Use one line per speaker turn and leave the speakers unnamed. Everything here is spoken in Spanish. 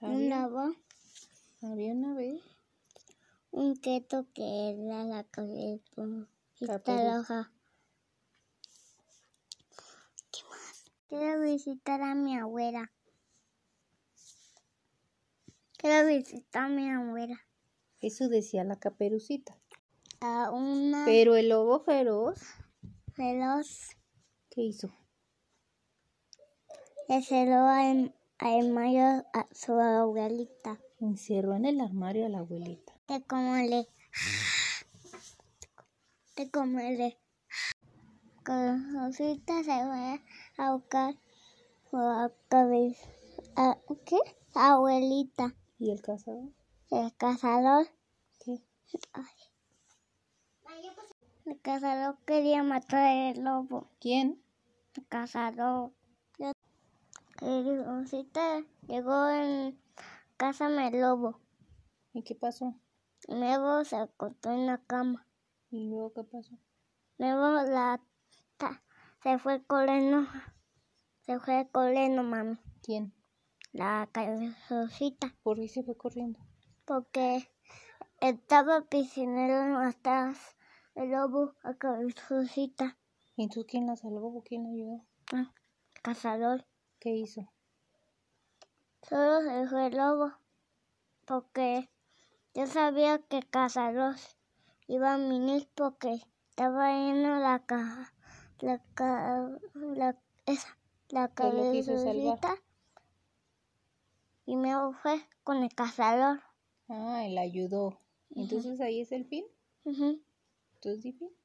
un
Había,
lobo,
había una vez.
un keto que era la cabecita
Capullo.
roja. ¿Qué más? Quiero visitar a mi abuela. Quiero visitar a mi abuela.
Eso decía la caperucita.
A una
Pero el lobo feroz,
veloz
¿qué hizo?
le cerró al, al mayo a su abuelita.
Encerró en el armario a la abuelita.
Te como le. Te como le. Con las hojitas se va a buscar a cabeza. a- ¿Qué? Abuelita.
¿Y el cazador?
El cazador.
¿Qué?
Ay. El cazador quería matar al lobo.
¿Quién?
El cazador. El osita llegó en casa del lobo.
¿Y qué pasó?
Luego se acostó en la cama.
¿Y luego qué pasó?
Luego la ta- se fue corriendo, se fue corriendo, mami,
¿Quién?
la cabezosita,
¿Por qué se fue corriendo?
porque estaba piscinero atrás el lobo, la cabezosita,
¿Y entonces quién la salvó o quién la ayudó?
ah, cazador.
¿Qué hizo?
Solo se fue el lobo, porque yo sabía que cazador iba a venir porque estaba lleno la caja, la ca, la, esa, la
Que lo quiso
cabezosita. Y me fue con el cazador.
Ah, él ayudó. Entonces ahí es el fin.
Ujú.
Entonces di fin.